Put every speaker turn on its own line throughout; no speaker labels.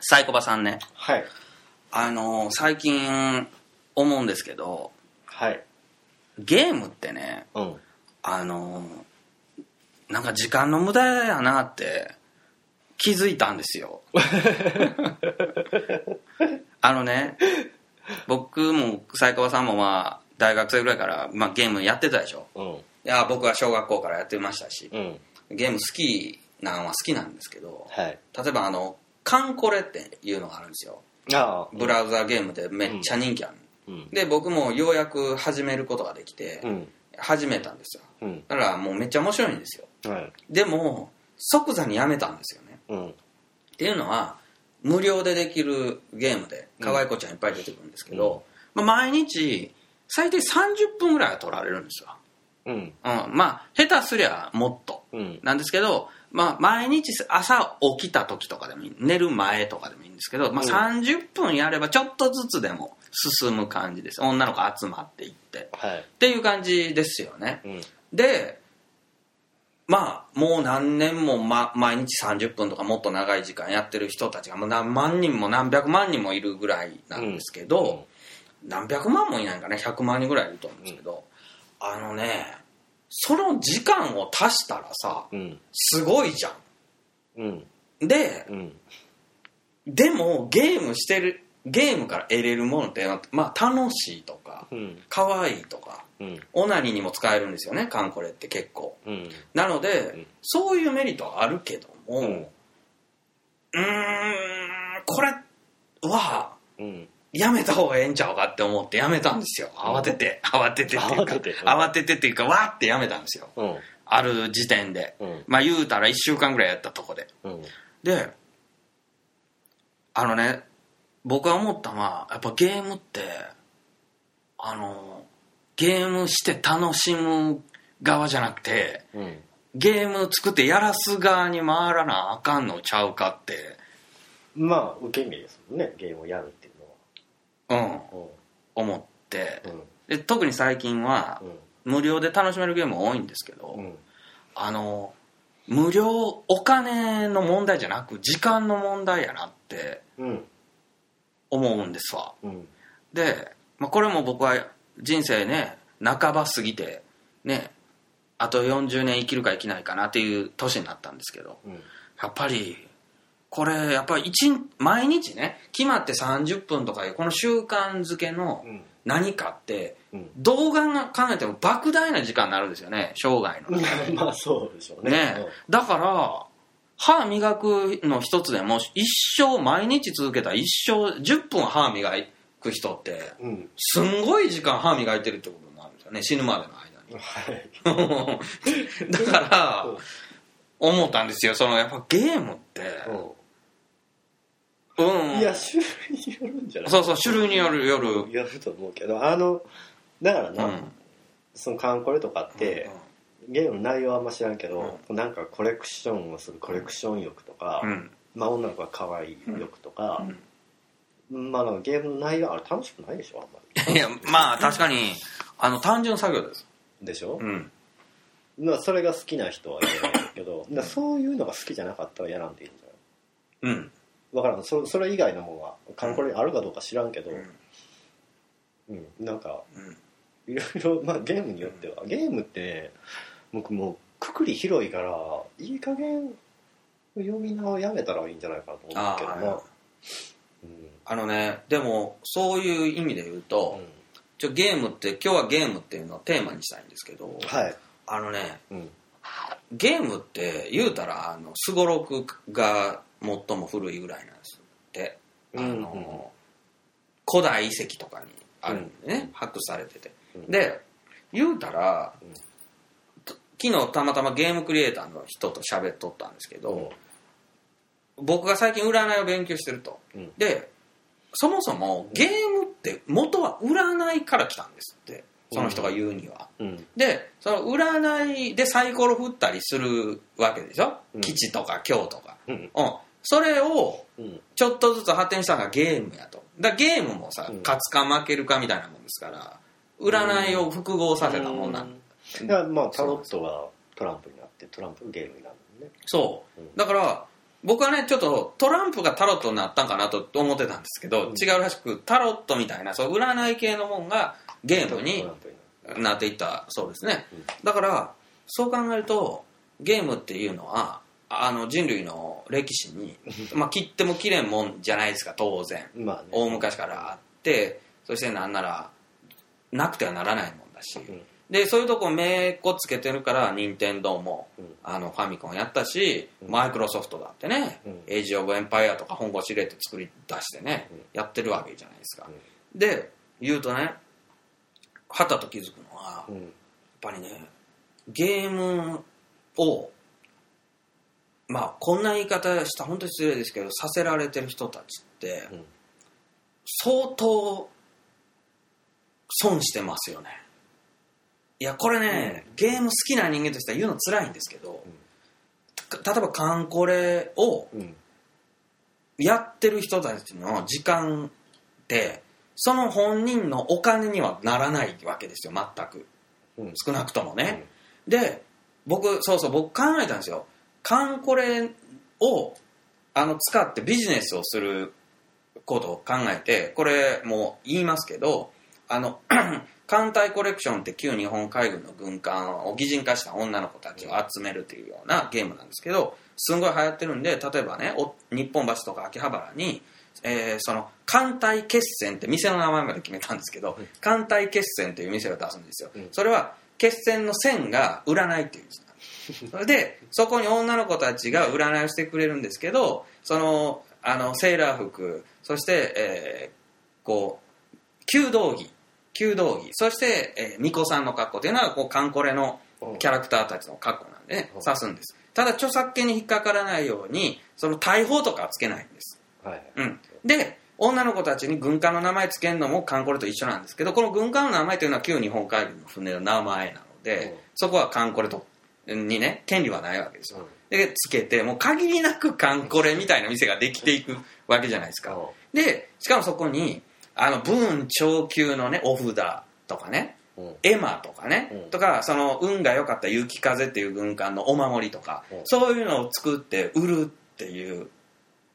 サイコバさんね、
はい。
あのー最近思うんですけど、
はい。
ゲームってね、
うん。
あのーなんか時間の無駄やなって気づいたんですよ。あのね、僕もサイコバさんもまあ、大学生ぐらいから、まあ、ゲームやってたでしょ。
うん。
いや、僕は小学校からやってましたし、
うん。
ゲーム好きなんは好きなんですけど、
はい。
例えばあの、カンコレっていうのがあるんですよ。
ああ。
ブラウザーゲームでめっちゃ人気ある、
うん。
で僕もようやく始めることができて、
うん。
始めたんですよ
うん。
だからもうめっちゃ面白いんですよ
はい。
でも即座にやめたんですよね
うん。
っていうのは無料でできるゲームで可愛い子ちゃんいっぱい出てくるんですけど、まあ、毎日最低30分ぐらいは取られるんですよ、
うん。
うん、まあ下手すりゃもっと
うん。
なんですけど、まあ、毎日朝起きた時とかでもいい寝る前とかでもいいんですけど、まあ、
うん
30分やればちょっとずつでも進む感じです女の子集まっていって
はい。
っていう感じですよね
うん。
でまあもう何年も、ま、毎日30分とかもっと長い時間やってる人たちがもう何万人も何百万人もいるぐらいなんですけど、何百万もいないんかね100万人ぐらいいると思うんですけど、あのねその時間を足したらさ、
うん。
すごいじゃ
うん。
んで
うん。
でもゲームしてるゲームから得れるものってまあ楽しいとか
うん。
可愛いとか
うん。
オナニーにも使えるんですよねカンコレって結構
うん。
なので、
ん
そういうメリットはあるけどもう
うん
ーんこれは
うん。
やめた方がええんちゃうかって思ってやめたんですよ慌てて 慌ててっていうか
慌ててうん
慌ててっていうかわーってやめたんですよ
うん。
ある時点で
うん。
まあ言うたら1週間ぐらいやったとこで
うん。
であのね僕は思ったのはやっぱゲームってあのゲームして楽しむ側じゃなくて
うん。
ゲーム作ってやらす側に回らなあかんのちゃうかって
まあ、受け身ですもんね、ゲームをやるっていう
うん
のは。
思って
うん。
で特に最近は
うん。
無料で楽しめるゲーム多いんですけど、
うん。
あの無料お金の問題じゃなく時間の問題やなって
うん。
思うんですわ
うん。
で、まあ、これも僕は人生ね半ば過ぎてねあと40年生きるか生きないかなっていう年になったんですけど
うん。
やっぱりこれやっぱり一日毎日ね決まって30分とかいうこの習慣づけの
うん。
何かって
うん。
動画が考えても莫大な時間になるんですよね生涯の
まあ、そうでしょうね。
ねだから歯磨くの一つでも一生毎日続けたら一生10分歯磨く人って
うん。
すんごい時間歯磨いてるってことになるんですよね死ぬまでの
は
間
い。
に だから思ったんですよそのやっぱゲームってうん
いや、種類によるんじゃない
そうそう種類によるよる
よると思うけどあのだから
う
な、
ん
そのカンコレとかって、ゲームの内容はあんま知らんけど、なんかコレクションをするコレクション欲とか、
うん
まあ女の子が可愛い欲とか
うん、
まあなんかゲームの内容はあれ楽しくないでしょあんま
うんいやまあ確かにあの単純作業です
りでしょ
う、ん
まあそれが好きな人はやらないけどだからそういうのが好きじゃなかったらやらんでいいんじゃない
うん
わからんそれそれ以外のもんはカンコレあるかどうか知らんけど、
うん
うん、なんか
うん
いろいろ、まあ、ゲームによってはゲームって僕もうくくり広いからいい加減読み名をやめたらいいんじゃないかなと思うけど
あーはい
なうん
あのねでもそういう意味で言うとちょゲームって今日はゲームっていうのをテーマにしたいんですけど
はい、
あのね
うん、
ゲームって言うたらあのスゴロクが最も古いぐらいなんですってあの、
うん
古代遺跡とかにあるんでね、
うん
発掘されてて、
うん
で言うたら、
うん
と昨日たまたまゲームクリエイターの人と喋っとったんですけど、僕が最近占いを勉強してると、
うん
でそもそもゲームって元は占いから来たんですってその人が言うには。
うん
でその占いでサイコロ振ったりするわけでしょ、
うん
吉とか凶とか、
うん
うん、それを
うん
ちょっとずつ発展したのがゲームやとだからゲームもさ、
うん
勝つか負けるかみたいなもんですから占いを複合させたもんなん、
だからまあタロットがトランプになってトランプゲームになるもんね
そう
うん
だから僕はねちょっとトランプがタロットになったんかなと思ってたんですけど、
うん
違うらしくタロットみたいなそう占い系のもんがゲームになっていったそうですね、
うん
だからそう考えるとゲームっていうのはあの人類の歴史 に、まあ、切っても切れんもんじゃないですか当然
まあね
大昔からあってそしてなんならなくてはならないもんだし、
うん
でそういうとこ目こつけてるから任天堂も、
うん
あのファミコンやったし
うん
マイクロソフトだってね、
うん
エイジ・オブ・エンパイアとか本腰入れて作り出してね、
うん
やってるわけじゃないですか、
う
で言うとねはたと気づくのは、
う
やっ
ん
ぱりねゲームをまあこんな言い方したら本当に失礼ですけどさせられてる人たちって、
うん
相当損してますよねいやこれね、ゲーム好きな人間としては言うの辛いんですけど、た例えばカンコレを
うん
やってる人たちの時間ってその本人のお金にはならないわけですよ全く
うん
少なくともね、で僕そうそう僕考えたんですよカンコレをあの使ってビジネスをすることを考えてこれもう言いますけどあの艦隊コレクションって旧日本海軍の軍艦を擬人化した女の子たちを集めるというようなゲームなんですけどすんごい流行ってるんで例えばねお日本橋とか秋葉原に、えーその艦隊決戦って店の名前まで決めたんですけど
うん
艦隊決戦という店を出すんですよ、
うん
それは決戦の線が占いっていうんですそれでそこに女の子たちが占いをしてくれるんですけどそのあのセーラー服そして、えーこう弓道着弓道着そして、えー巫女さんの格好というのはこうカンコレの
うん
キャラクターたちの格好なんで、ね
うん
指すんですただ著作権に引っかからないようにその大砲とかはつけないんです、
はい
うん、で女の子たちに軍艦の名前つけるのもカンコレと一緒なんですけどこの軍艦の名前というのは旧日本海軍の船の名前なので、
うん
そこはカンコレとにね権利はないわけですよ
うん
でつけてもう限りなくカンコレみたいな店ができていくわけじゃないですかでしかもそこにあのブーン超級のねお札とかね
うんうん
エマとかね、
うん
とかその運が良かった雪風っていう軍艦のお守りとか、
うん
そういうのを作って売るっていう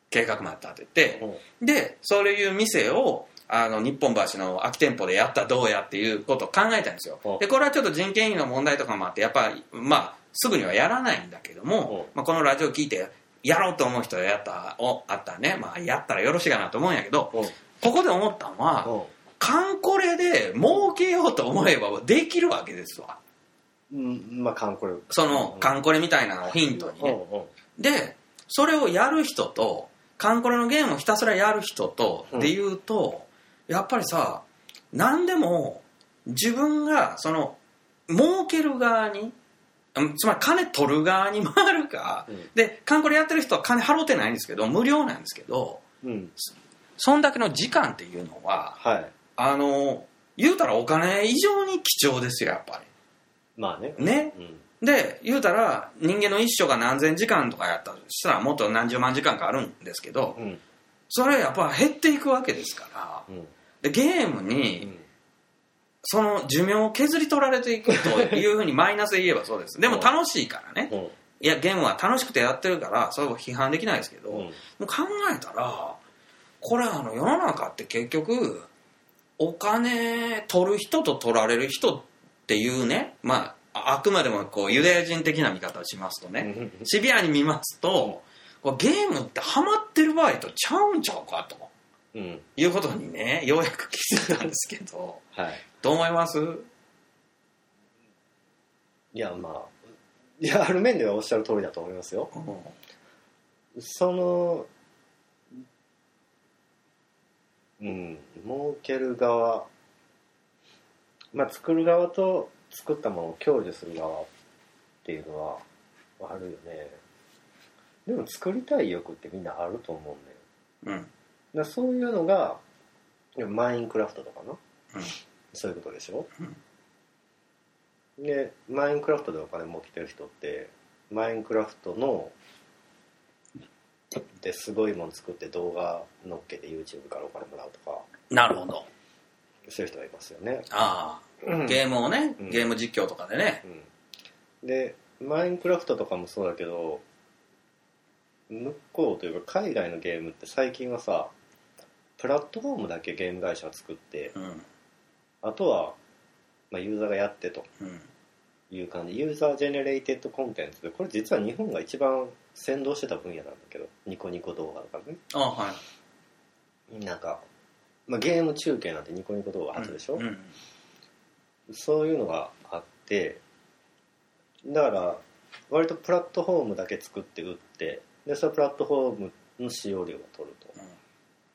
計画もあったって言って、
うん
でそういう店をあの日本橋の空き店舗でやったらどうやっていうことを考えたんですよ
お
でこれはちょっと人件費の問題とかもあってやっぱりまあすぐにはやらないんだけども
お、
まあ、このラジオ聞いてやろうと思う人はやったおあったらね、まあ、やったらよろしいかなと思うんやけど
うん
ここで思ったのはカンコレで儲けようと思えばできるわけですわ
うんまあカンコレ
そのカンコレみたいなのをヒントにねでそれをやる人とカンコレのゲームをひたすらやる人と
うん
で言うと、やっぱりさ何でも自分がその儲ける側にうんつまり金取る側に回るか、
うん
でカンコレやってる人は金払ってないんですけど無料なんですけど
うんうん
そんだけの時間っていうのは
はい
あの言うたらお金以上に貴重ですよやっぱ
まあね
りね
うん
で言うたら人間の一生が何千時間とかやったとしたらもっと何十万時間かあるんですけど
うん
それはやっぱ減っていくわけですか
うん
らでゲーム
う
に
ん
その寿命を削り取られていくというふ うにマイナスで言えばそうですでも楽しいからね
うん
いやゲームは楽しくてやってるからそれは批判できないですけど、
うん
もう考えたらこれあの世の中って結局お金取る人と取られる人っていうねまあああくまでもこうユダヤ人的な見方をしますとね、
うん
シビアに見ますと、こうゲームってハマってる場合とちゃうんちゃうかと
うん
いうことにねようやく気づいたんですけど
はい
どう思います
いやまあいやある面ではおっしゃる通りだと思いますよそのうん儲ける側まあ作る側と作ったものを享受する側っていうのはあるよねでも作りたい欲ってみんなあると思うんだよ
うん
だからそういうのがマインクラフトとかな、
うん
そういうことでしょ、でマインクラフトでお金儲けてる人ってマインクラフトのですごいもの作って動画乗っけて YouTube からお金もらうとか
なるほど
そういう人がいますよね、
ああ
ゲ
ゲームをね、
うん
ゲーム実況とかでね
うんでマインクラフトとかもそうだけど向こうというか海外のゲームって最近はさプラットフォームだけゲーム会社は作って
うん
あとは、まあ、ユーザーがやってと
うん
いう感じユーザージェネレイテッドコンテンツでこれ実は日本が一番先導してた分野なんだけどニコニコ動画とかね
あはい
なんか、まあ、ゲーム中継なんてニコニコ動画初でしょ、
うんうん
そういうのがあってだから割とプラットフォームだけ作って売ってでそれはプラットフォームの使用料を取ると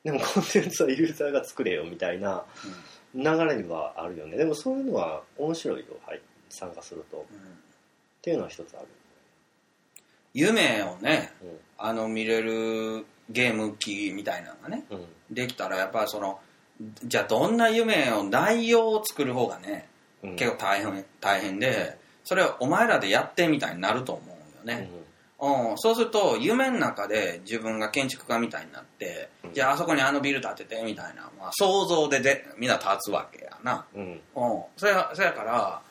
でもコンテンツはユーザーが作れよみたいな流れにはあるよねでもそういうのは面白いよ、はい、参加するとっ
うんうん
ていうのは一つある
夢をねあの見れるゲーム機みたいなのがね
うん、うん、
できたらやっぱりそのじゃあどんな夢を内容を作る方がね
うん
結構大変大変でそれをお前らでやってみたいになると思うよね、うん、そうすると夢の中で自分が建築家みたいになって、
うん
じゃああそこにあのビル建ててみたいな、まあ、想像ででみんな立つわけやな、
うんうん
うん、それそやから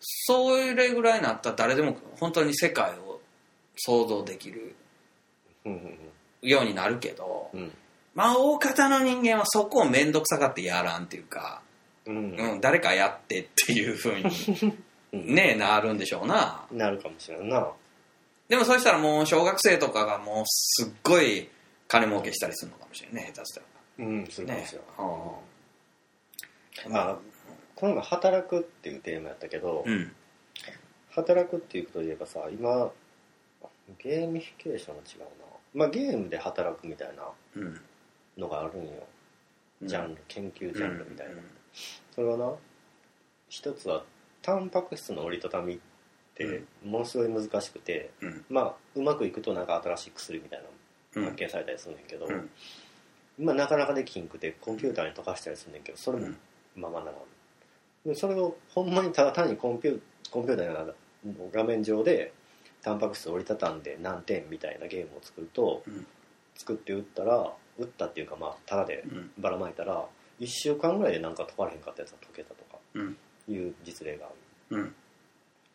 それぐらいになったら誰でも本当に世界を想像できる
うん
ようになるけど、
うん
まあ大方の人間はそこを面倒くさがってやらんっていうか、
うん
うん、誰かやってっていうふうに
うん
ねなるんでしょうな
なるかもしれんな
でもそうしたらもう小学生とかがもうすっごい金儲けしたりするのかもしれないね下手したら
うんするかも
ね
しれない、
うん
あこの前働くっていうテーマやったけど、
うん
働くっていうことで言えばさ今ゲーミフィケーションは違うなまあゲームで働くみたいな
うん
のがあるんよジャンル研究ジャンルみたいな、
うん
それはな一つはタンパク質の折りたたみってものすごい難しくて、
うん
まあうまくいくとなんか新しい薬みたいな
うん
の発見されたりするんだけど、
うん
今なかなかできんくてコンピューターに溶かしたりするんだけどそれもままならんでそれをほんまにただ単にコンピュコンピューターの画面上でタンパク質を折りたたんで何点みたいなゲームを作ると、
うん
作って打ったら打ったっていうかまあただで
うん
ばらまいたら1週間ぐらいでなんか解かれへんかったやつが解けたとか
うん
いう実例が
うん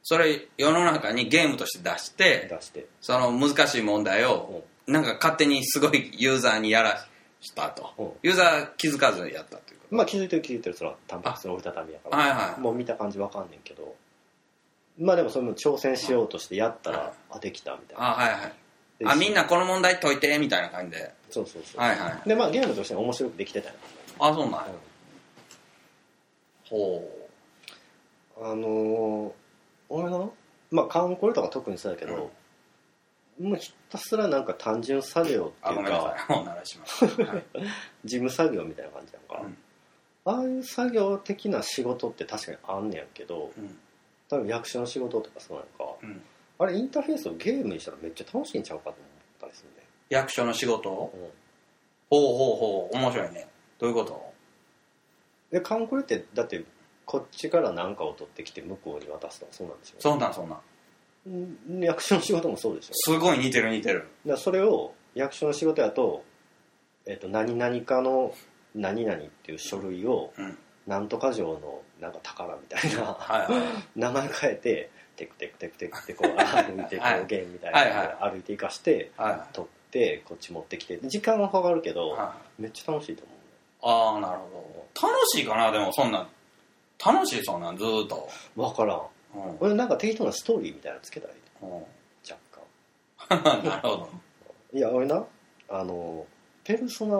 それ世の中にゲームとして出して
出して、
その難しい問題をなんか勝手にすごいユーザーにやらした
う
と
ん
ユーザー気づかずやったっていう
まあ気づいてる気づいてるそれはタンパク質の折りたたみやから、
はいはい
もう見た感じわかんねんけどまあでもそれも挑戦しようとしてやったらあできたみたいな
あはいはい
で
あみんなこの問題解いてみたいな感じで
そうそうそう、
はいはい
でまあゲームとしても面白くできてたよ、
あそうなんやほ
あのー俺のまあカンコレとか特にそうだけど、もうひたすらなんか単純作業
う
っ
あ
てい
ご
う
めんなさ
か
い おならしましたはい
事務作業みたいな感じやんか、
うん
ああいう作業的な仕事って確かにあんねやけど
うん
多分役所の仕事とかそうやんか
うん
あれインターフェースをゲームにしたらめっちゃ楽しいんちゃうかと思ったりするね
役所の仕事を
うん
ほうほうほう面白いねどういうこと
でカンコレってだってこっちから何かを取ってきて向こうに渡すとかそうなんでしょ
そんなんそんなん
うん役所の仕事もそうでしょ
すごい似てる似てる
だからそれを役所の仕事やと,、えっと何々かの何々っていう書類を
うん
なんとか城のなんか宝みたいな
はいはい
名前変えてテクテクテクテクってこう歩いてこ
はいう
ゲームみたいなので
はい
歩いていかして
は
取ってこっち持ってきて時間はかかるけ
い
ど
は
めっちゃ楽しいと思
いああなるほど楽しいかなでもそんなん楽しいそんなんずーっと
うわからん
うん
俺なんか適当なストーリーみたいなのつけたらいい
うん
若干
なるほど
いや俺なあの「ペルソナ4」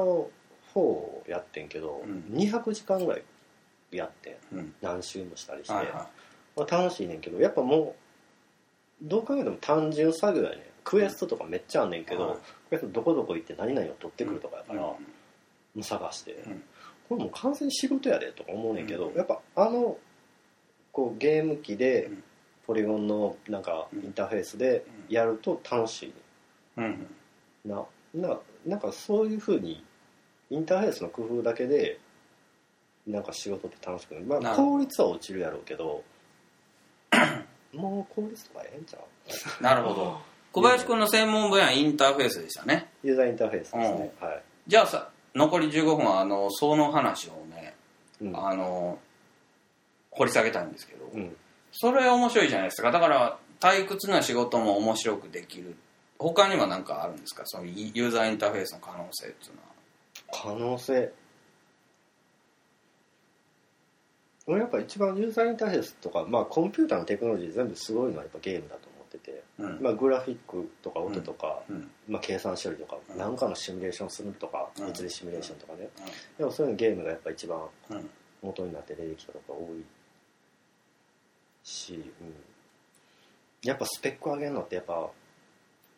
をやってんけど、
うん
200時間ぐらいやって
うん
何周もしたりして、
はいは
まあ、楽しいねんけどやっぱもうどう考えても単純作業やねんクエストとかめっちゃあんねんけど、
はい
クエストどこどこ行って何々を取ってくるとかや
い
から、もう探して、
ん
これもう完全に仕事やでとか思うねんけど、
うん
やっぱあのこうゲーム機で
うん
ポリゴンのなんかインターフェースでやると楽しいねん
うんうん
なななんかそういうふうにインターフェースの工夫だけでなんか仕事って楽しくなるま
な
あ
るほど
効率は落ちるやろうけ どもう効率とかええんちゃう
なるほど小林君の専門分野はインターフェースでしたね
ユーザーインターフェースですね、はい、
じゃあさ残り15分はあのその話をね
うん
あの掘り下げたいんですけど、
うん
それ面白いじゃないですかだから退屈な仕事も面白くできる他には何かあるんですかそのユーザーインターフェースの可能性っていうのは
可能性俺やっぱ一番ユーザーインターフェースとか、まあ、コンピューターのテクノロジー全部すごいのはやっぱゲームだと思ってて、
うん
まあ、グラフィックとか音とか、
うん
まあ、計算処理とか
うん
何かのシミュレーションするとか
うん
物理シミュレーションとかねでもそういうのゲームがやっぱ一番
うん
元になって出てきたことが多いし、うん、やっぱスペック上げるのってやっぱ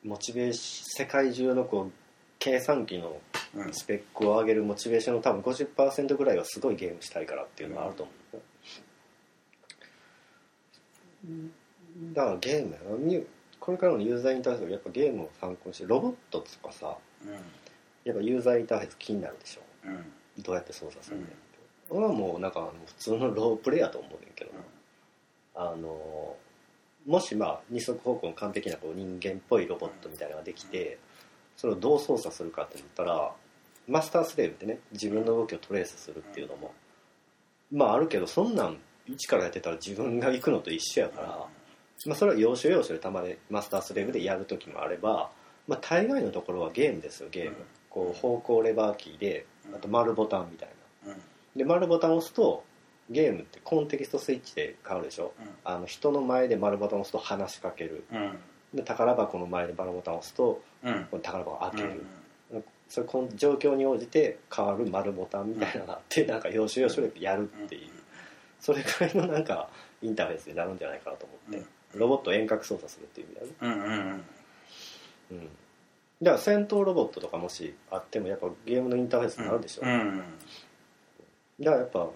モチベーシ世界中のこう計算機の
うんうん
スペックを上げるモチベーションの多分50%ぐらいはすごいゲームしたいからっていうのはあると思うんですよだからゲームやなにこれからのユーザーインターフェースはやっぱゲームを参考にしてロボットとかさやっぱユーザーインターフェース気になるでしょ
うんうん
どうやって操作するんだって、俺はもうなんかあの普通のロープレイやと思うねんけど、あのもしまあ二足歩行の完璧なこう人間っぽいロボットみたいなのができてそれをどう操作するかって言ったらマスタースレーブってね自分の動きをトレースするっていうのもまああるけどそんなん一からやってたら自分が行くのと一緒やから、まあ、それは要所要所でたまにマスタースレーブでやる時もあれば、まあ、大概のところはゲームですよゲーム
うん
こう方向レバーキーであと丸ボタンみたいな
うんうん
で丸ボタンを押すとゲームってコンテキストスイッチで変わるでしょあの人の前で丸ボタンを押すと話しかける
うん
で宝箱の前で丸ボタンを押すと
うん
この宝箱を開け
うん
る、それこん状況に応じて変わる丸ボタンみたいなのがあってなんか要所要所でやるっていうそれくらいのなんかインターフェースになるんじゃないかなと思って、ロボットを遠隔操作するっていう意味だね
うんうんうん
うんだから戦闘ロボットとかもしあってもやっぱゲームのインターフェースになるでしょ、
うんうん
だからやっぱ、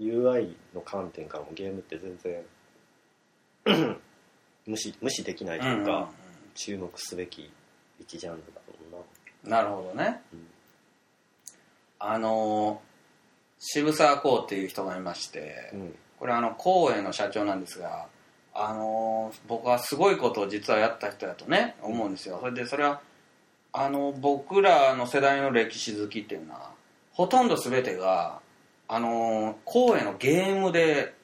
うん、UI の観点からもゲームって全然 無視無視できないと
うん
いうか、注目すべき一ジャンルだと思うな
なるほどね
うん
あのー渋沢こうっていう人がいまして、
うん
これあの光栄の社長なんですがあのー僕はすごいことを実はやった人だとね思うんですよそれでそれはあの僕らの世代の歴史好きっていうのはほとんど全てがあのー光栄のゲームで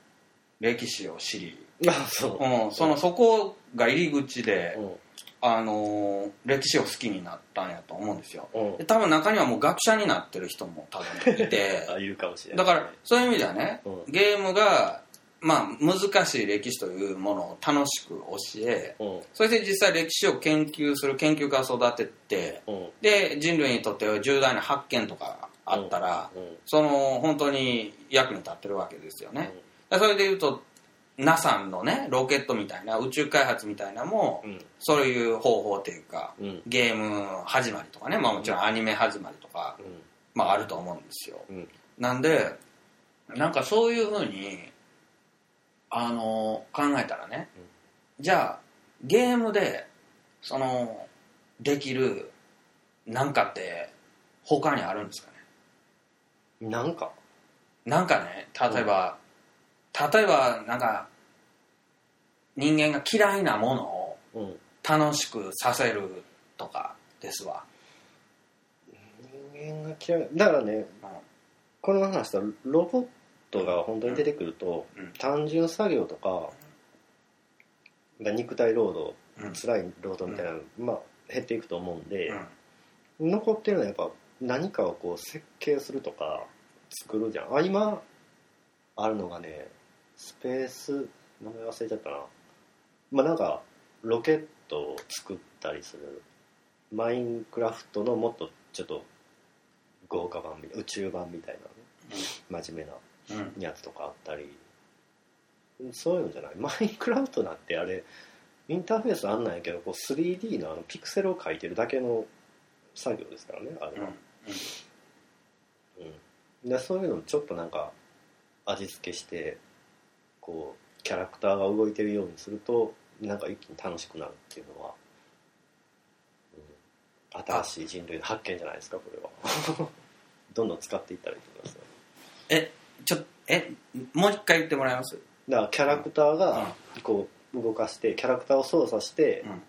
歴史を知り、
あ そ
うん、そのそこが入り口
う
で
う、ん
あのー歴史を好きになったんやと思うんですよ
うん
で多分中にはもう学者になってる人も多分いて
あ言うかもしれな
だ
い
からそういう意味ではね、
うん
ゲームが、まあ、難しい歴史というものを楽しく教え
うん
そして実際歴史を研究する研究家を育てて
うん
で人類にとっては重大な発見とかがあったら、
うん
その本当に役に立ってるわけですよね、だからそれでいうと NASA のねロケットみたいな宇宙開発みたいなのも、
うん
そういう方法というか
うん
ゲーム始まりとかね、まあ、もちろんアニメ始まりとか、
うん
まあ、あると思うんですよ、
うん
なんでなんかそういうふうにあの考えたらね、じゃあゲームでそのできるなんかって他にあるんですかね
なんか
なんかね例えば、例えばなんか人間が嫌いなものを
うん
楽しくさせるとかですわ、
人間が嫌いだからねこの話したロボットが本当に出てくると、
うん
単純作業とか肉体労働
うんうん
辛い労働みたいなの、まあ、減っていくと思うんで
う、ん
残ってるのはやっぱ何かをこう設計するとか作るじゃんあ今あるのがねスペース名前忘れちゃったなまあなんかロケットを作ったりするマインクラフトのもっとちょっと豪華版みたいな宇宙版みたいな、ね、真面目な
うん
やつとかあったりそういうのじゃないマインクラフトなんてあれインターフェースあんなんやけどこう 3D のあのピクセルを描いてるだけの作業ですからねあれは、うんでそういうのをちょっとなんか味付けしてこうキャラクターが動いてるようにするとなんか一気に楽しくなるっていうのは、うん、新しい人類の発見じゃないですかこれは どんどん使っていったらいいと思いますよ
えちょえもう一回言ってもらえます
だからキャラクターがこう動かしてキャラクターを操作して
うん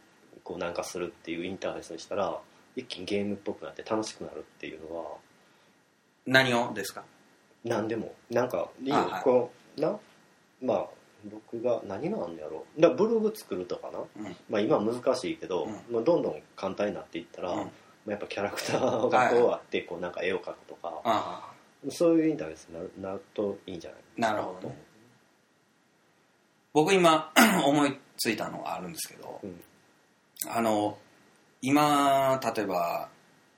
こうなんかするっていうインターフェースにしたら一気にゲームっぽくなって楽しくなるっていうのは
何をですか
何でもなんかいいよ
あはい
こうなまあ僕が何があんのやろだからブログ作るとかな、
うん
まあ、今は難しいけど、
うん
まあ、どんどん簡単になっていったら、
うん
まあ、やっぱキャラクターがこうあってこうなんか絵を描くとか、
あ
そういうインタビューになるなるといいんじゃない
なるほどね僕今 思いついたのがあるんですけど、
うん
あの今例えば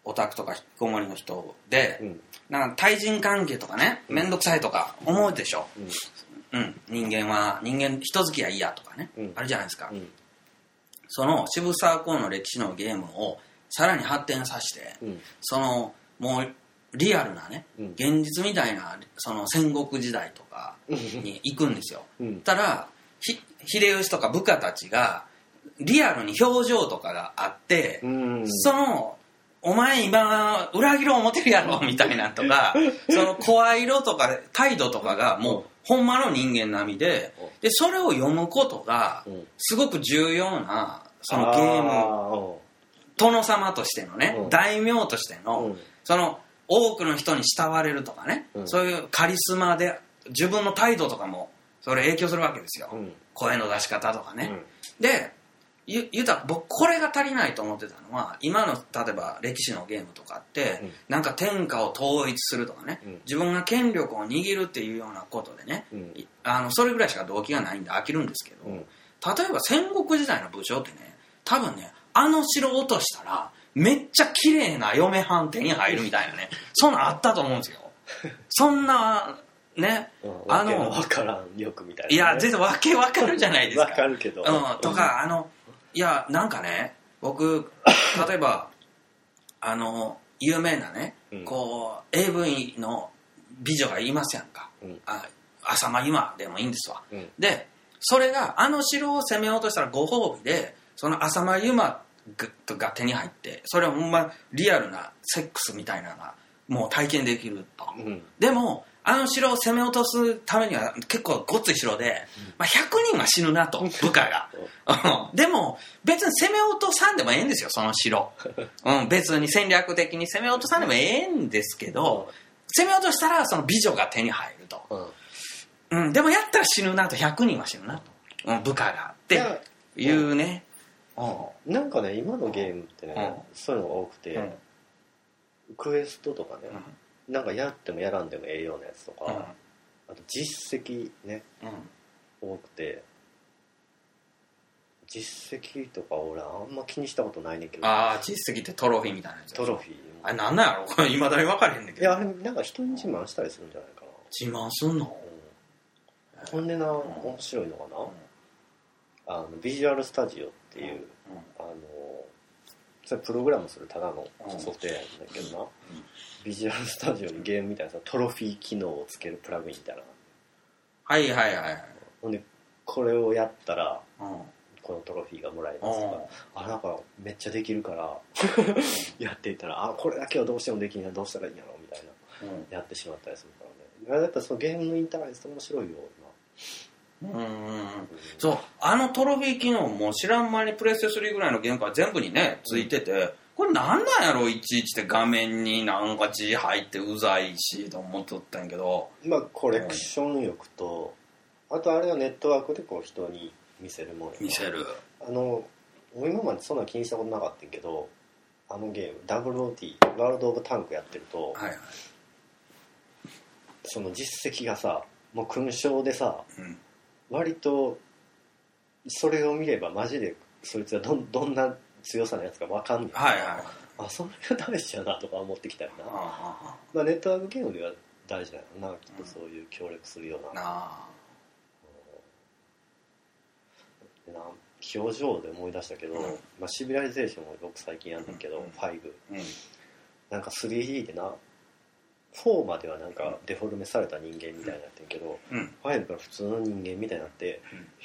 オタクとか引きこもりの人で、
うん
なんか対人関係とかね面倒くさいとか思うでしょ、
うん
うん、人間は人間人付き合い嫌とかね、
うん
あるじゃないですか、
うん
その渋沢公の歴史のゲームをさらに発展させて
うん
そのもうリアルなね
うん
現実みたいなその戦国時代とかに行くんですよ
う
だ
ん
ったらひ秀吉とか部下たちがリアルに表情とかがあって、
うん
そのお前今裏切ろう思ってるやろみたいなんとかその声色とか態度とかがもうほんまの人間並みで
うん
でそれを読むことが
うん
すごく重要なそのゲーム殿様としてのね
うん
大名として
あーう
の
ん
その多くの人に慕われるとかね
うん
そういうカリスマで自分の態度とかもそれ影響するわけですよ
うん
声の出し方とかね
う。ん
でゆ言うたら僕これが足りないと思ってたのは今の例えば歴史のゲームとかって、
うん
なんか天下を統一するとかね、
うん
自分が権力を握るっていうようなことでね、
うん
いあのそれぐらいしか動機がないんで飽きるんですけど、
うん
例えば戦国時代の武将ってね多分ねあの城を落としたらめっちゃ綺麗な嫁はん手に入るみたいなねそんなんあったと思うんです よそんなね
うん
あの
わけわからんよくみたいなね
いや全然わけわかるじゃないです
わ
か
かるけど
うん、とか、あの、いや、なんかね、 僕、例えば、あの、有名なね、
うん
こう、AV の美女がいますやんか。
うん
あ浅間今でもいいんですわ。
うん
で、それが、あの城を攻めようとしたらご褒美で、その浅間今が手に入って、それはほんまリアルなセックスみたいなのが、もう体験できると。
うん
でもあの城を攻め落とすためには結構ごっつい城で、まあ、100人は死ぬなと部下がうんでも別に攻め落とさんでもええんですよその城、うん、別に戦略的に攻め落とさんでもええんですけど攻め落としたらその美女が手に入ると、
うん
うん、でもやったら死ぬなと100人は死ぬなと、うん、部下がっ
い
て
や
いうねうん
なんかね今のゲームってね、
うん
そういうのが多くて、
うん
クエストとかね、なんかやってもやらんでもええようなやつとか、
うん
あと実績ね
うん
多くて実績とか俺あんま気にしたことないねんけど
ああ実績ってトロフィーみたいなやつ
トロフィー
あれなんなんやろ これいまだに分かれへんねんけ
い
ど
やあれなんか人に自慢したりするんじゃないか
自慢すんの
な、うん、ほんでな面白いのがな、あのビジュアルスタジオっていう、あのそれプログラムするただのソフトウェアなんだけどな、ビジュアルスタジオにゲームみたいなさトロフィー機能をつけるプラグインみたいな
はいはいはいはい。
ほんでこれをやったら
うん。
このトロフィーがもらえますとか
う
あなんかめっちゃできるから やっていったらあこれだけはどうしてもできんやどうしたらいいんやろみたい
ん。
なやってしまったりするからねやっぱそのゲームのインターフェース面白いよ
うん。
今
そう、あのトロフィー機能も知らん間にプレステ3ぐらいのゲームから全部にね、ついてて、これなんなんやろ、いちいちって画面になんか字入ってうざいし、と思っとったんやけど。
まあコレクション欲とあとあれはネットワークでこう人に見せるもんやな
見せる。
あの俺今までそんな気にしたことなかったんやけどあのゲーム WOT ワールド・オブ・タンクやってると
はいはい。
その実績がさもう勲章でさ
うん。
割とそれを見ればマジでそいつはどんどんな強さのやつか分かんねえ
はいはい。
あそれが大事だなとか思ってきたよな、
あ
まあ、ネットワークゲームでは大事だよなきっとそういう協力するよ
あ
う
な
な,、
あ。
な表情で思い出したけど、
うん
まあ、シビライゼーションも僕最近やんだけど、
うん
5
うん。
なんか 3D でな4まではなんかデフォルメされた人間みたいになってんけど、
うん。
5から普通の人間みたいになって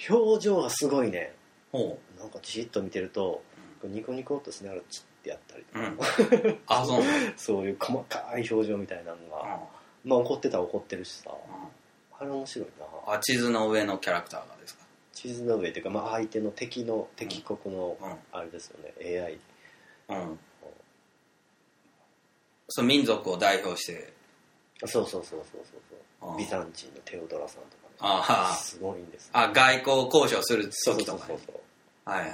表情がすごいねん
ほ
なんかじーっと見てると、ニコニコっとしながらチッてやったりと
う。う
か、
ん。 あ、そう。うん。
そういう細かい表情みたいなのが、まあ怒ってたら怒ってるしさあれ面白いな
あ、地図の上のキャラクターがですか。
地図の上っていうか、まあ、相手の敵の敵国の
う
あれですよね AI
ん。うん。そう、民族を代表して、
そうそうそうそうそうそう
あ
ビザンチンのテオドラさんとかね
あー
すごいんです
あ外交交渉する
そう
時
そ
と
う
か
そ
ね
うそう
はいはい、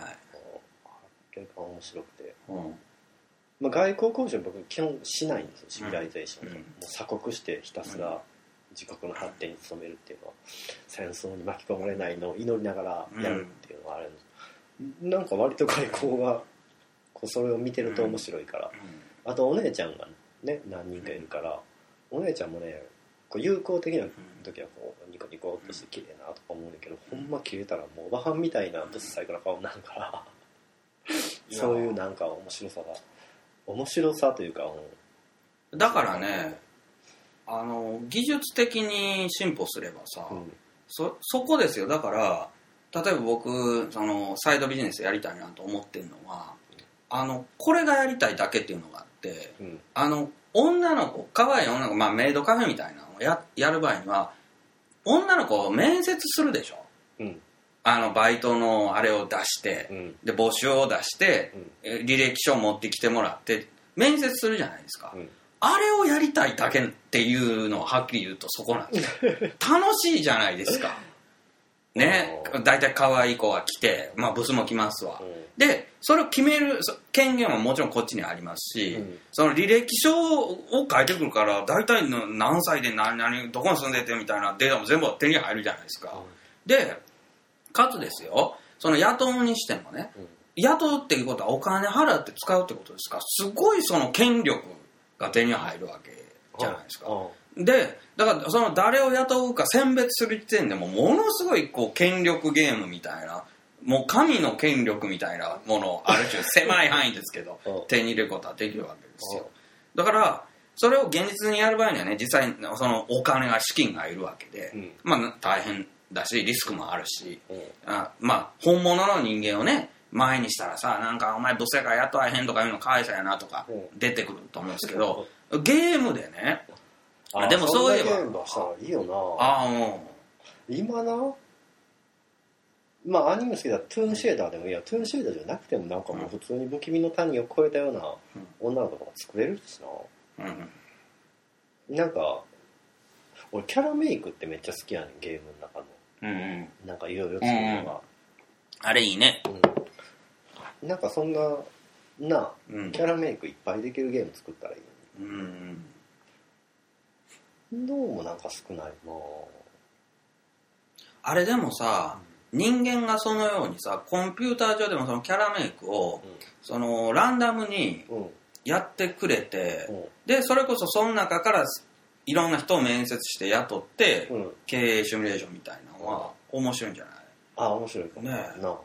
結構面白くて、
うん、
まあ、外交交渉僕基本しないんですよシビライゼーション、
うん
もう鎖国してひたすら自国の発展に努めるっていうのは戦争に巻き込まれないのを祈りながらやるっていうのはあるんです、なんか割と外交がこうそれを見てると面白いから、あとお姉ちゃんがね何人かいるから、お姉ちゃんもねこう友好的な時はこうニコニコっとして綺麗なとか思うんだけど、ほんま切れたらもうおばはんみたいなぶっ最高な顔になるから
いや
そういうなんか面白さが面白さというか、
だからねあの技術的に進歩すればさ、
うん、
そそこですよだから例えば僕そのサイドビジネスやりたいなと思ってるのはあのこれがやりたいだけっていうのがあって
うん
あの女の子可愛い女の子、まあ、メイドカフェみたいなのをややる場合には女の子を面接するでしょ
うん
あのバイトのあれを出して
うん
で募集を出して
うん
え履歴書を持ってきてもらって面接するじゃないですか、
うん
あれをやりたいだけっていうのをはっきり言うとそこなんですよ 楽しいじゃないですかね
あー
大体可愛い子が来てまあブスも来ますわ、でそれを決めるそ権限はもちろんこっちにありますし、
うん
その履歴書を書いてくるから大体の何歳で何々どこに住んでてみたいなデータも全部手に入るじゃないですか、でかつですよその雇うにしてもね
うん
雇うっていうことはお金払って使うってことですからすごいその権力が手に入るわけじゃないですか
うん
でだからその誰を雇うか選別する時点でもうものすごいこう権力ゲームみたいなもう神の権力みたいなものをある種狭い範囲ですけど
うん
手に入れることはできるわけですよだからそれを現実にやる場合にはね実際そのお金が資金がいるわけで、
うん
まあ大変だしリスクもあるし
うん
あまあ本物の人間をね前にしたらさなんかお前ブスやから雇わへんとかいうのかわいそうやなとか
うん
出てくると思うんですけどゲームでねあ
あ
でもそういえば
んなゲームはさいいよな
ああも
今なまあアニメ好きだったらトゥーンシェーダーでもいいやトゥーンシェーダーじゃなくてもなんかもう普通に不気味の谷を超えたような女の子とか作れるし
う、うん、
ななんか俺キャラメイクってめっちゃ好きやねんゲームの中の
うんうん
なんかいろいろ作るのが、
あれいいね
うんなんかそんなな
うん
キャラメイクいっぱいできるゲーム作ったらいい
うんうん
のにどうもなんか少ないな
あれでもさ人間がそのようにさコンピューター上でもそのキャラメイクをそのランダムに
うんうん
やってくれて
うん
でそれこそその中からいろんな人を面接して雇って
うん
経営シミュレーションみたいなのは面白いんじゃない
あ面白いかも
ねえ
なあ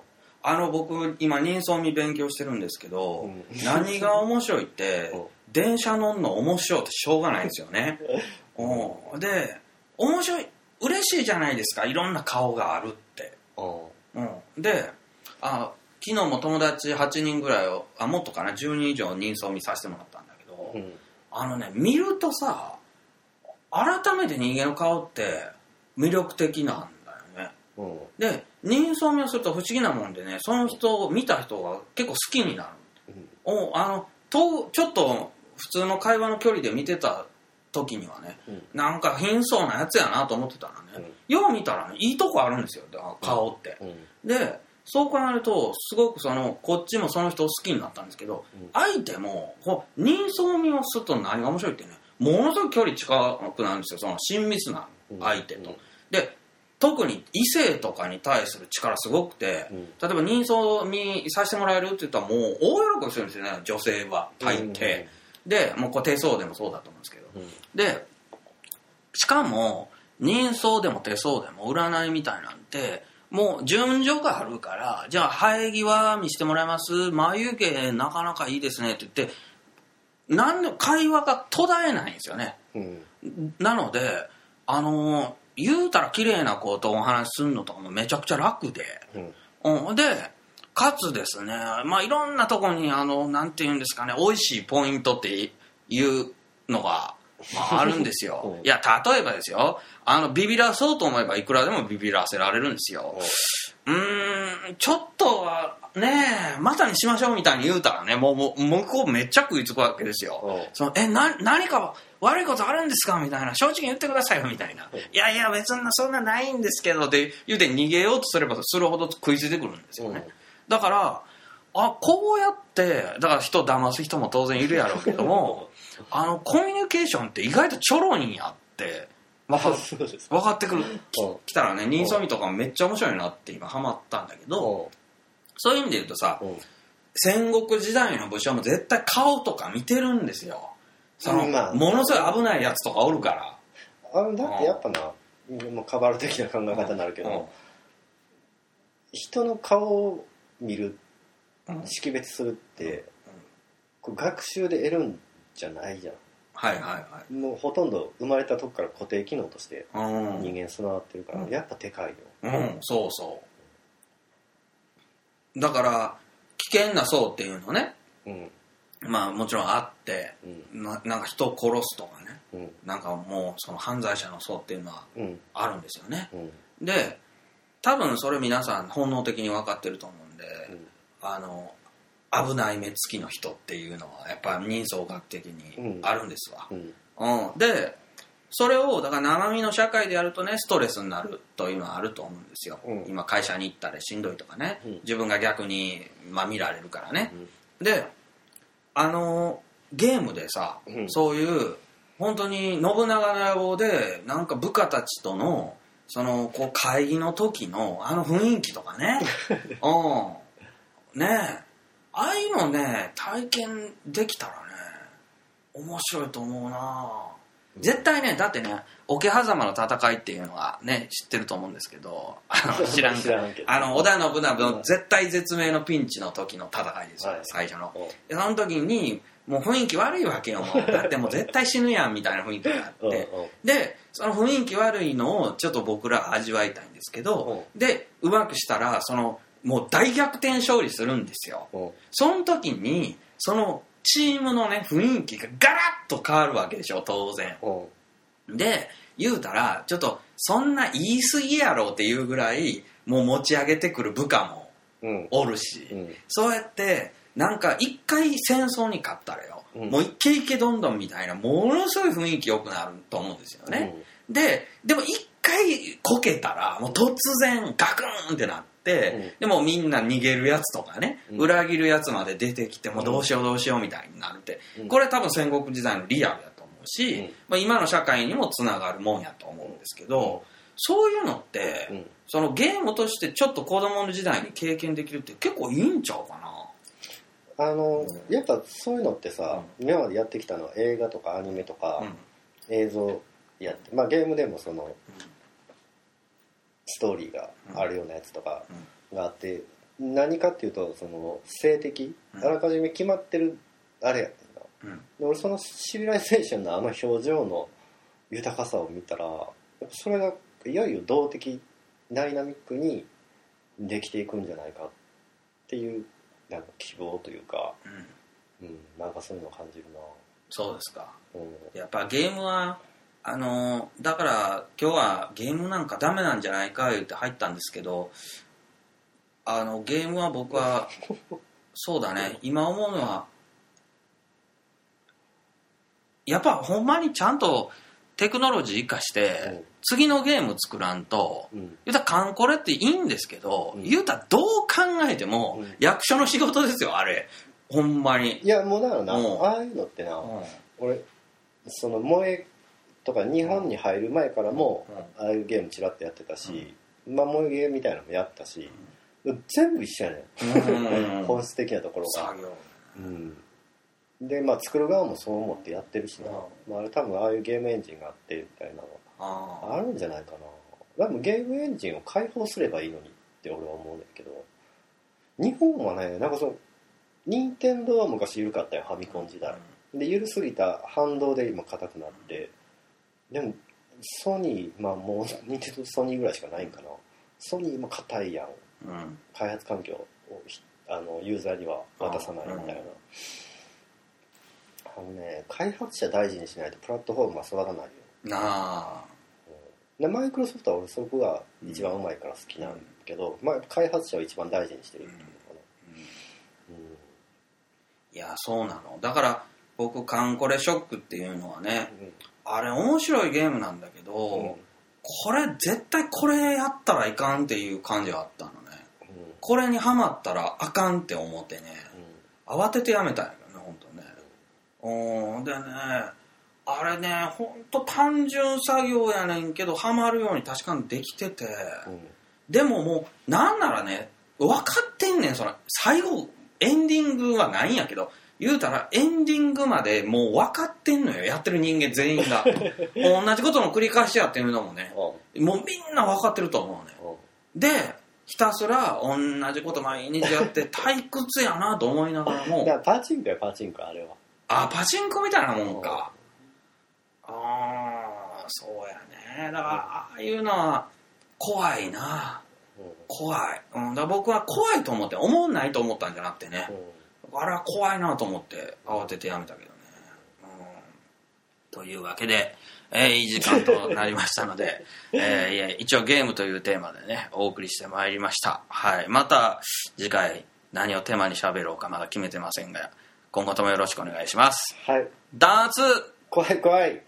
あの僕今人相見勉強してるんですけど、
うん
何が面白いって
うん
電車乗んの面白いってしょうがないんですよ ねうんで面白い嬉しいじゃないですかいろんな顔があるって、
うん
うん、であ昨日も友達8人ぐらいをあもっとかな10人以上人相見させてもらったんだけど、
うん
あのね見るとさ改めて人間の顔って魅力的なんだよね
うん
で人相見をすると不思議なもんでねその人を見た人が結構好きになる
うん
おあのとちょっと普通の会話の距離で見てた時にはね
うん
なんか貧相なやつやなと思ってたらね、よう見たらねいいとこあるんですよだから顔って、
うん
でそう考えるとすごくそのこっちもその人を好きになったんですけど、
うん
相手もこう人相見をすると何が面白いってねものすごく距離近くなるんですよその親密な相手と、
うん
で特に異性とかに対する力すごくて、
うん
例えば人相見させてもらえるって言ったらもう大喜びするんですよね女性は大抵、でもうこう手相でもそうだと思うんですけど
うんうん
でしかも人相でも手相でも占いみたいなんてもう順序があるからじゃあ生え際見してもらいます眉毛なかなかいいですねって言って何の会話が途絶えないんですよね
うん
なのであの言うたら綺麗な子とお話しするのとかもめちゃくちゃ楽で、
うん
うん、でかつですね、まあ、いろんなとこにあのなんていうんですかね美味しいポイントっていうのが、まあ、あるんですよ
うん
いや例えばですよあのビビらそうと思えばいくらでもビビらせられるんですようーんちょっとはねえ、またにしましょうみたいに言うたらね、もう、もう、向こうめっちゃ食いつくわけですよ。
うん
その、え、な、何か悪いことあるんですかみたいな、正直に言ってくださいよ、みたいな。いやいや、別にそんなないんですけど、って言うて逃げようとすればするほど食いついてくるんですよね。だから、あ、こうやって、だから人を騙す人も当然いるやろうけども、あの、コミュニケーションって意外とちょろいんやって、わか
あそうです
分かってくるき
うん
きたらね人相見とかもめっちゃ面白いなって今ハマったんだけどそういう意味で言うとさ
うん
戦国時代の武将も絶対顔とか見てるんですよその、
まあ
ものすごい危ないやつとかおるから
あのだってやっぱなもうカバール的な考え方になるけど、人の顔を見る
うんうん
識別するっ
う
て、
ん
こう学習で得るんじゃないじゃ
はいはいはい
んもうほとんど生まれたとこから固定機能として
うん、
人間備わってるから、
うん
やっぱでかいよ
うん、そうそうだから危険な層っていうのね
うん
まあもちろんあって
うん
ななんか人を殺すとかね
うん
なんかもうその犯罪者の層っていうのは
うん
あるんですよね
うん
で多分それ皆さん本能的に分かってると思うんで、あの危ない目つきの人っていうのはやっぱ人相学的にあるんですわ、
うん
うんでそれをだから生身の社会でやるとねストレスになるというのはあると思うんですよ、
うん
今会社に行ったらしんどいとかね、
うん
自分が逆に、まあ、見られるからね
う、ん
であのゲームでさ、
うん
そういう本当に信長の野望でなんか部下たちとのそのこう会議の時のあの雰囲気とか ねうんねえああいうのね体験できたらね面白いと思うな絶対ねだってね桶狭間の戦いっていうのはね知ってると思うんですけどあ の知らんけど
知らんけど
あの織田信長の絶対絶命のピンチの時の戦いですよ、
はい
最初の
うん
でその時にもう雰囲気悪いわけよもうだってもう絶対死ぬやんみたいな雰囲気があ
うん
ってでその雰囲気悪いのをちょっと僕ら味わいたいんですけどでうまくしたらそのもう大逆転勝利するんですよ
うんうん
その時にそのチームのね雰囲気がガラッと変わるわけでしょ当然
うん
で言うたらちょっとそんな言い過ぎやろうっていうぐらいもう持ち上げてくる部下も
うん
おるし、
うん
そうやってなんか一回戦争に勝ったらよ、
うん
もうイケイケどんどんみたいなものすごい雰囲気良くなると思うんですよね、ででも一回こけたらもう突然ガクーンってなって、でもみんな逃げるやつとかね、
うん
裏切るやつまで出てきてもうどうしようどうしようみたいになるって、
うん
これ多分戦国時代のリアルだと思うし、
うん
まあ、今の社会にもつながるもんやと思うんですけど、そういうのって、
うんうん
そのゲームとしてちょっと子供の時代に経験できるって結構いいんちゃうかな
あのやっぱそういうのってさ、今までやってきたのは映画とかアニメとか、映像やって、まあ、ゲームでもそのストーリーがあるようなやつとかがあって何かっていうとその性的
うん
あらかじめ決まってるあれやってんな
うんうん
で俺そのシビライゼーションのあの表情の豊かさを見たらやっぱそれがいよいよ動的ダイナミックにできていくんじゃないかっていうなんか希望というか、
うん
うん、なんかそういうのを感じる
そうですか
な、うん、
やっぱゲームはあのーだから今日はゲームなんかダメなんじゃないか言って入ったんですけどあのゲームは僕 はそうだね今思うのはやっぱほんまにちゃんとテクノロジー生かして
うん
次のゲーム作らんと
うん
言うたらカンコレっていいんですけど、
うん
言うたらどう考えても
うん
役所の仕事ですよあれほんまに
い、やもうだからな、
うん
ああいうのってな、
うん
俺その萌えとか日本に入る前からも、ああいうゲームちらっとやってたし、まあ萌えゲーみたいなのもやったし、全部一緒やねん、本質的なところが、
作業
うんでまあ作る側もそう思ってやってるしな、
う
まあ、あれ多分ああいうゲームエンジンがあってみたいなの
あ
あるんじゃないかなでもゲームエンジンを開放すればいいのにって俺は思うんだけど日本はねなんかその任天堂は昔緩かったよファミコン時代、で緩すぎた反動で今硬くなってでもソニーまあもう任天堂ソニーぐらいしかないんかなソニーも硬いやん
うんうん
開発環境をひあのユーザーには渡さないみたいなあのね開発者大事にしないとプラットフォームは育たないよ
なあ
でマイクロソフトは俺そこが一番うまいから好きなんだけど、まあ、開発者を一番大事にしてるっていうのかな
ういやそうなのだから僕「カンコレショック」っていうのはね
うん
あれ面白いゲームなんだけど、
うん
これ絶対これやったらいかんっていう感じはあったのね
うん
これにハマったらあかんって思ってね慌ててやめたんやけどね本当ねおーでねあれねほんと単純作業やねんけどハマるように確かにできてて
うん
でももうなんならね分かってんねんその最後エンディングはないんやけど言うたらエンディングまでもう分かってんのよやってる人間全員が同じことの繰り返しやってるのもねもうみんな分かってると思うねでひたすら同じこと毎日やって退屈やなと思いながら
うんだか
も
らパチンコやパチンコあれは
あパチンコみたいなもんかああそうやねだからああいうのは怖いな
うん
怖い、うん、だから僕は怖いと思って思んないと思ったんじゃなくてね
うん
あれは怖いなと思って慌ててやめたけどね、うん、というわけで、えーいい時間となりましたの で、えーいや一応ゲームというテーマでねお送りしてまいりました、はい、また次回何をテーマに喋ろうかまだ決めてませんが今後ともよろしくお願いします
はい
ダーツ
怖い怖い